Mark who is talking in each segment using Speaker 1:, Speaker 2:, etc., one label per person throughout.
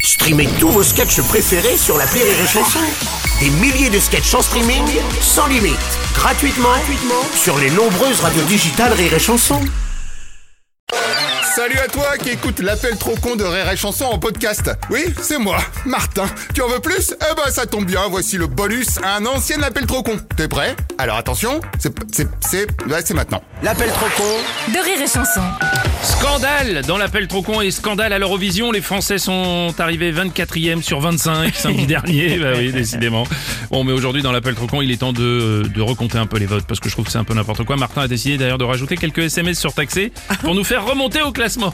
Speaker 1: Streamez tous vos sketchs préférés sur la Rire et Chanson. Des milliers de sketchs en streaming, sans limite, gratuitement, gratuitement sur les nombreuses radios digitales Rire et Chanson.
Speaker 2: Salut à toi qui écoute l'appel trop con de Rire et Chanson en podcast. Oui, c'est moi, Martin. Tu en veux plus Eh ben ça tombe bien, voici le bonus à un ancien appel trop con. T'es prêt Alors attention, c'est c'est c'est ouais, c'est maintenant.
Speaker 1: L'appel trop con
Speaker 3: de rire et chanson.
Speaker 4: Scandale Dans l'appel trop con et scandale à l'Eurovision, les Français sont arrivés 24e sur 25 samedi dernier. Bah oui, décidément. Bon, mais aujourd'hui, dans l'appel trop con, il est temps de, de recompter un peu les votes parce que je trouve que c'est un peu n'importe quoi. Martin a décidé d'ailleurs de rajouter quelques SMS surtaxés pour nous faire remonter au classement.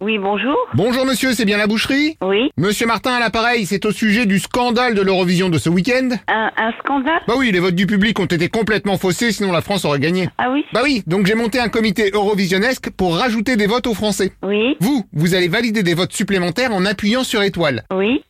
Speaker 5: Oui, bonjour.
Speaker 2: Bonjour monsieur, c'est bien la boucherie
Speaker 5: Oui.
Speaker 2: Monsieur Martin à l'appareil, c'est au sujet du scandale de l'Eurovision de ce week-end.
Speaker 5: Un, un scandale
Speaker 2: Bah oui, les votes du public ont été complètement faussés, sinon la France aurait gagné.
Speaker 5: Ah oui
Speaker 2: Bah oui, donc j'ai monté un comité eurovisionnesque pour rajouter des votes aux Français.
Speaker 5: Oui.
Speaker 2: Vous, vous allez valider des votes supplémentaires en appuyant sur étoile.
Speaker 5: Oui.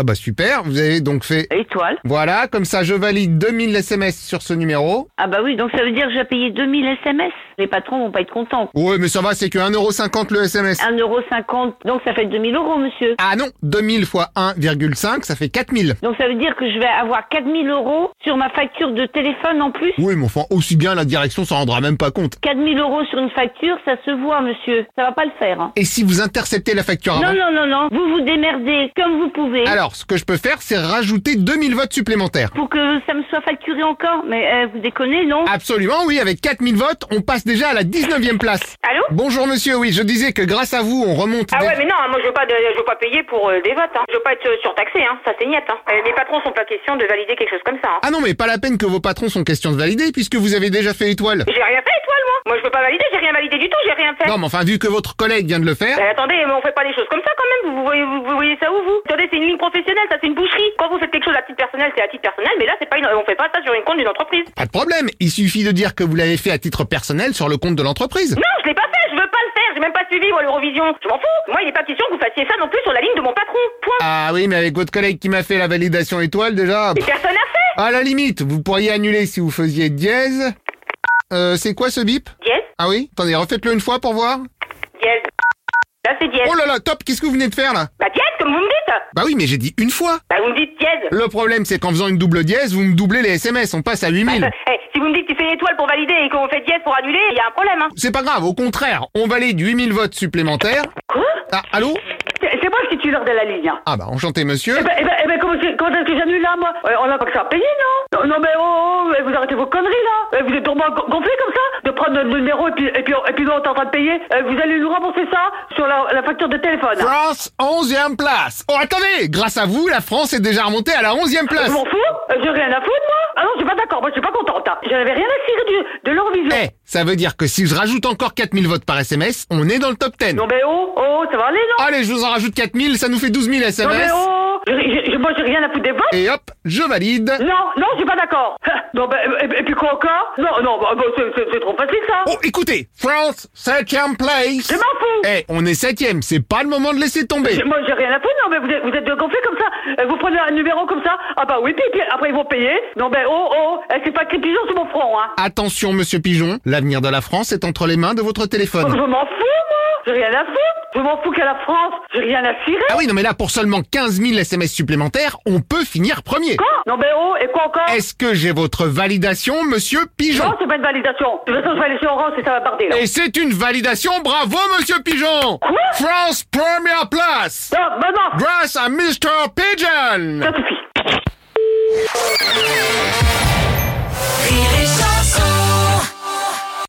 Speaker 2: Ah bah super, vous avez donc fait...
Speaker 5: Étoile.
Speaker 2: Voilà, comme ça je valide 2000 SMS sur ce numéro.
Speaker 5: Ah bah oui, donc ça veut dire que j'ai payé 2000 SMS. Les patrons vont pas être contents.
Speaker 2: Ouais, mais ça va, c'est que 1,50€ le SMS.
Speaker 6: Ah.
Speaker 5: 1,50€, donc ça fait 2000 euros, monsieur.
Speaker 2: Ah non, 2000 fois 1,5, ça fait 4000.
Speaker 5: Donc ça veut dire que je vais avoir 4000 euros sur ma facture de téléphone en plus
Speaker 2: Oui, mais enfin, aussi bien la direction s'en rendra même pas compte.
Speaker 5: 4000 euros sur une facture, ça se voit, monsieur. Ça va pas le faire. hein.
Speaker 2: Et si vous interceptez la facture avant
Speaker 5: Non, non, non, non. Vous vous démerdez comme vous pouvez
Speaker 2: Ah bah. Alors, ce que je peux faire, c'est rajouter 2000 votes supplémentaires.
Speaker 5: pour que ça me soit facturé encore. Mais euh, vous déconnez, non
Speaker 2: Absolument, oui, avec 4000 votes, on passe déjà à la 19e place.
Speaker 6: Allô
Speaker 2: Bonjour monsieur, oui, je disais que grâce à vous, on remonte...
Speaker 6: Ah
Speaker 2: des-
Speaker 6: ouais, mais non, moi je veux pas, de- je veux pas payer pour euh, des votes. Hein. Je veux pas être euh, surtaxé, hein. Ça c'est net. Hein. Euh, les patrons sont pas question de valider quelque chose comme ça. Hein.
Speaker 2: Ah non, mais pas la peine que vos patrons sont question de valider, puisque vous avez déjà fait étoile.
Speaker 6: J'ai rien fait, étoile, moi. Moi je veux pas valider, j'ai rien validé du tout, j'ai rien fait.
Speaker 2: Non, mais enfin, vu que votre collègue vient de le faire...
Speaker 6: Euh, attendez, mais on fait pas des choses comme ça quand même. Vous voyez, vous, vous voyez ça où vous Attendez, c'est une ligne professionnelle, ça c'est une boucherie. Quand vous faites quelque chose à titre personnel, c'est à titre personnel. Mais là, c'est pas une, on fait pas ça sur une compte d'une entreprise.
Speaker 2: Pas de problème, il suffit de dire que vous l'avez fait à titre personnel sur le compte de l'entreprise.
Speaker 6: Non, je l'ai pas fait. Je veux pas le faire. J'ai même pas suivi moi l'Eurovision. Je m'en fous. Moi, il est pas question que vous fassiez ça non plus sur la ligne de mon patron. Point.
Speaker 2: Ah oui, mais avec votre collègue qui m'a fait la validation étoile déjà...
Speaker 6: Et personne n'a fait.
Speaker 2: À la limite, vous pourriez annuler si vous faisiez dièse. Euh, c'est quoi ce bip
Speaker 6: Dièse,
Speaker 2: Ah oui Attendez, refaites-le une fois pour voir.
Speaker 6: dièse. Là, c'est dièse.
Speaker 2: Oh là là, top, qu'est-ce que vous venez de faire là
Speaker 6: Bah dièse, comme vous me dites.
Speaker 2: Bah oui, mais j'ai dit une fois.
Speaker 6: Bah vous me dites dièse.
Speaker 2: Le problème, c'est qu'en faisant une double dièse, vous me doublez les SMS, on passe à 8000.
Speaker 6: Eh, si vous me dites qu'il fait étoile pour valider et qu'on fait dièse pour annuler, il y a un problème. Hein.
Speaker 2: C'est pas grave, au contraire, on valide 8000 votes supplémentaires.
Speaker 6: Quoi
Speaker 2: Ah, allô
Speaker 6: C'est moi le titulaire de la ligne. Hein.
Speaker 2: Ah bah, enchanté monsieur.
Speaker 6: Eh ben, eh ben, eh ben, comment c'est- quand est-ce que j'annule là, moi Euh, On a pas que ça à payer, non non, non, mais oh, oh, mais vous arrêtez vos conneries, là Eh, Vous êtes tombé gonflé comme ça De prendre notre numéro et puis, et puis, et puis nous, on est en train de payer Eh, Vous allez nous rembourser ça sur la, la facture de téléphone
Speaker 2: France, 11e place. Oh, attendez, grâce à vous, la France est déjà remontée à la 11e place.
Speaker 6: Je m'en fous Euh, J'ai rien à foutre, moi Ah non, je suis pas d'accord, moi, je suis pas contente. hein. Je n'avais rien à cirer du, de
Speaker 2: Eh,
Speaker 6: l'Eurovision.
Speaker 2: ça veut dire que si je rajoute encore 4000 votes par SMS, on est dans le top 10.
Speaker 6: Non, mais oh, oh, ça va aller, non
Speaker 2: Allez, je vous en rajoute 4000, ça nous fait 12 000
Speaker 6: Non, mais
Speaker 2: SMS.
Speaker 6: oh je- je- Moi, j'ai rien à foutre des votes
Speaker 2: Et hop, je valide.
Speaker 6: Non, non, je suis pas d'accord. Non, bah, et, et puis quoi encore Non, non, bah, bah, c'est- c'est c'est trop facile ça.
Speaker 2: Oh, écoutez, France, septième place.
Speaker 6: Je m'en fous.
Speaker 2: Eh, on est septième, c'est pas le moment de laisser tomber.
Speaker 6: J'ai- Moi, j'ai rien à foutre, non, mais vous êtes, vous êtes gonflés comme ça. Euh, Vous prenez un numéro comme ça. Ah bah oui, puis, puis après ils vont payer. Non, ben oh, oh, eh, c'est pas que les pigeons sur mon front, hein.
Speaker 2: Attention, monsieur Pigeon, l'avenir de la France est entre les mains de votre
Speaker 6: Je
Speaker 2: téléphone.
Speaker 6: m'en fous, moi. J'ai rien à foutre. Je m'en fous qu'à la France. J'ai rien à cirer.
Speaker 2: Ah oui, non mais là, pour seulement 15 000 SMS supplémentaires, on peut finir premier.
Speaker 6: Quoi Non, ben oh, et quoi encore
Speaker 2: Est-ce que j'ai votre validation, monsieur Pigeon
Speaker 6: Non, c'est pas une validation. De toute façon, je vais aller chez Orange et ça va barder, là.
Speaker 2: Et c'est une validation, bravo, monsieur Pigeon France, première place
Speaker 6: Non, bah non,
Speaker 2: Grâce à Mr. Pigeon
Speaker 6: ça suffit.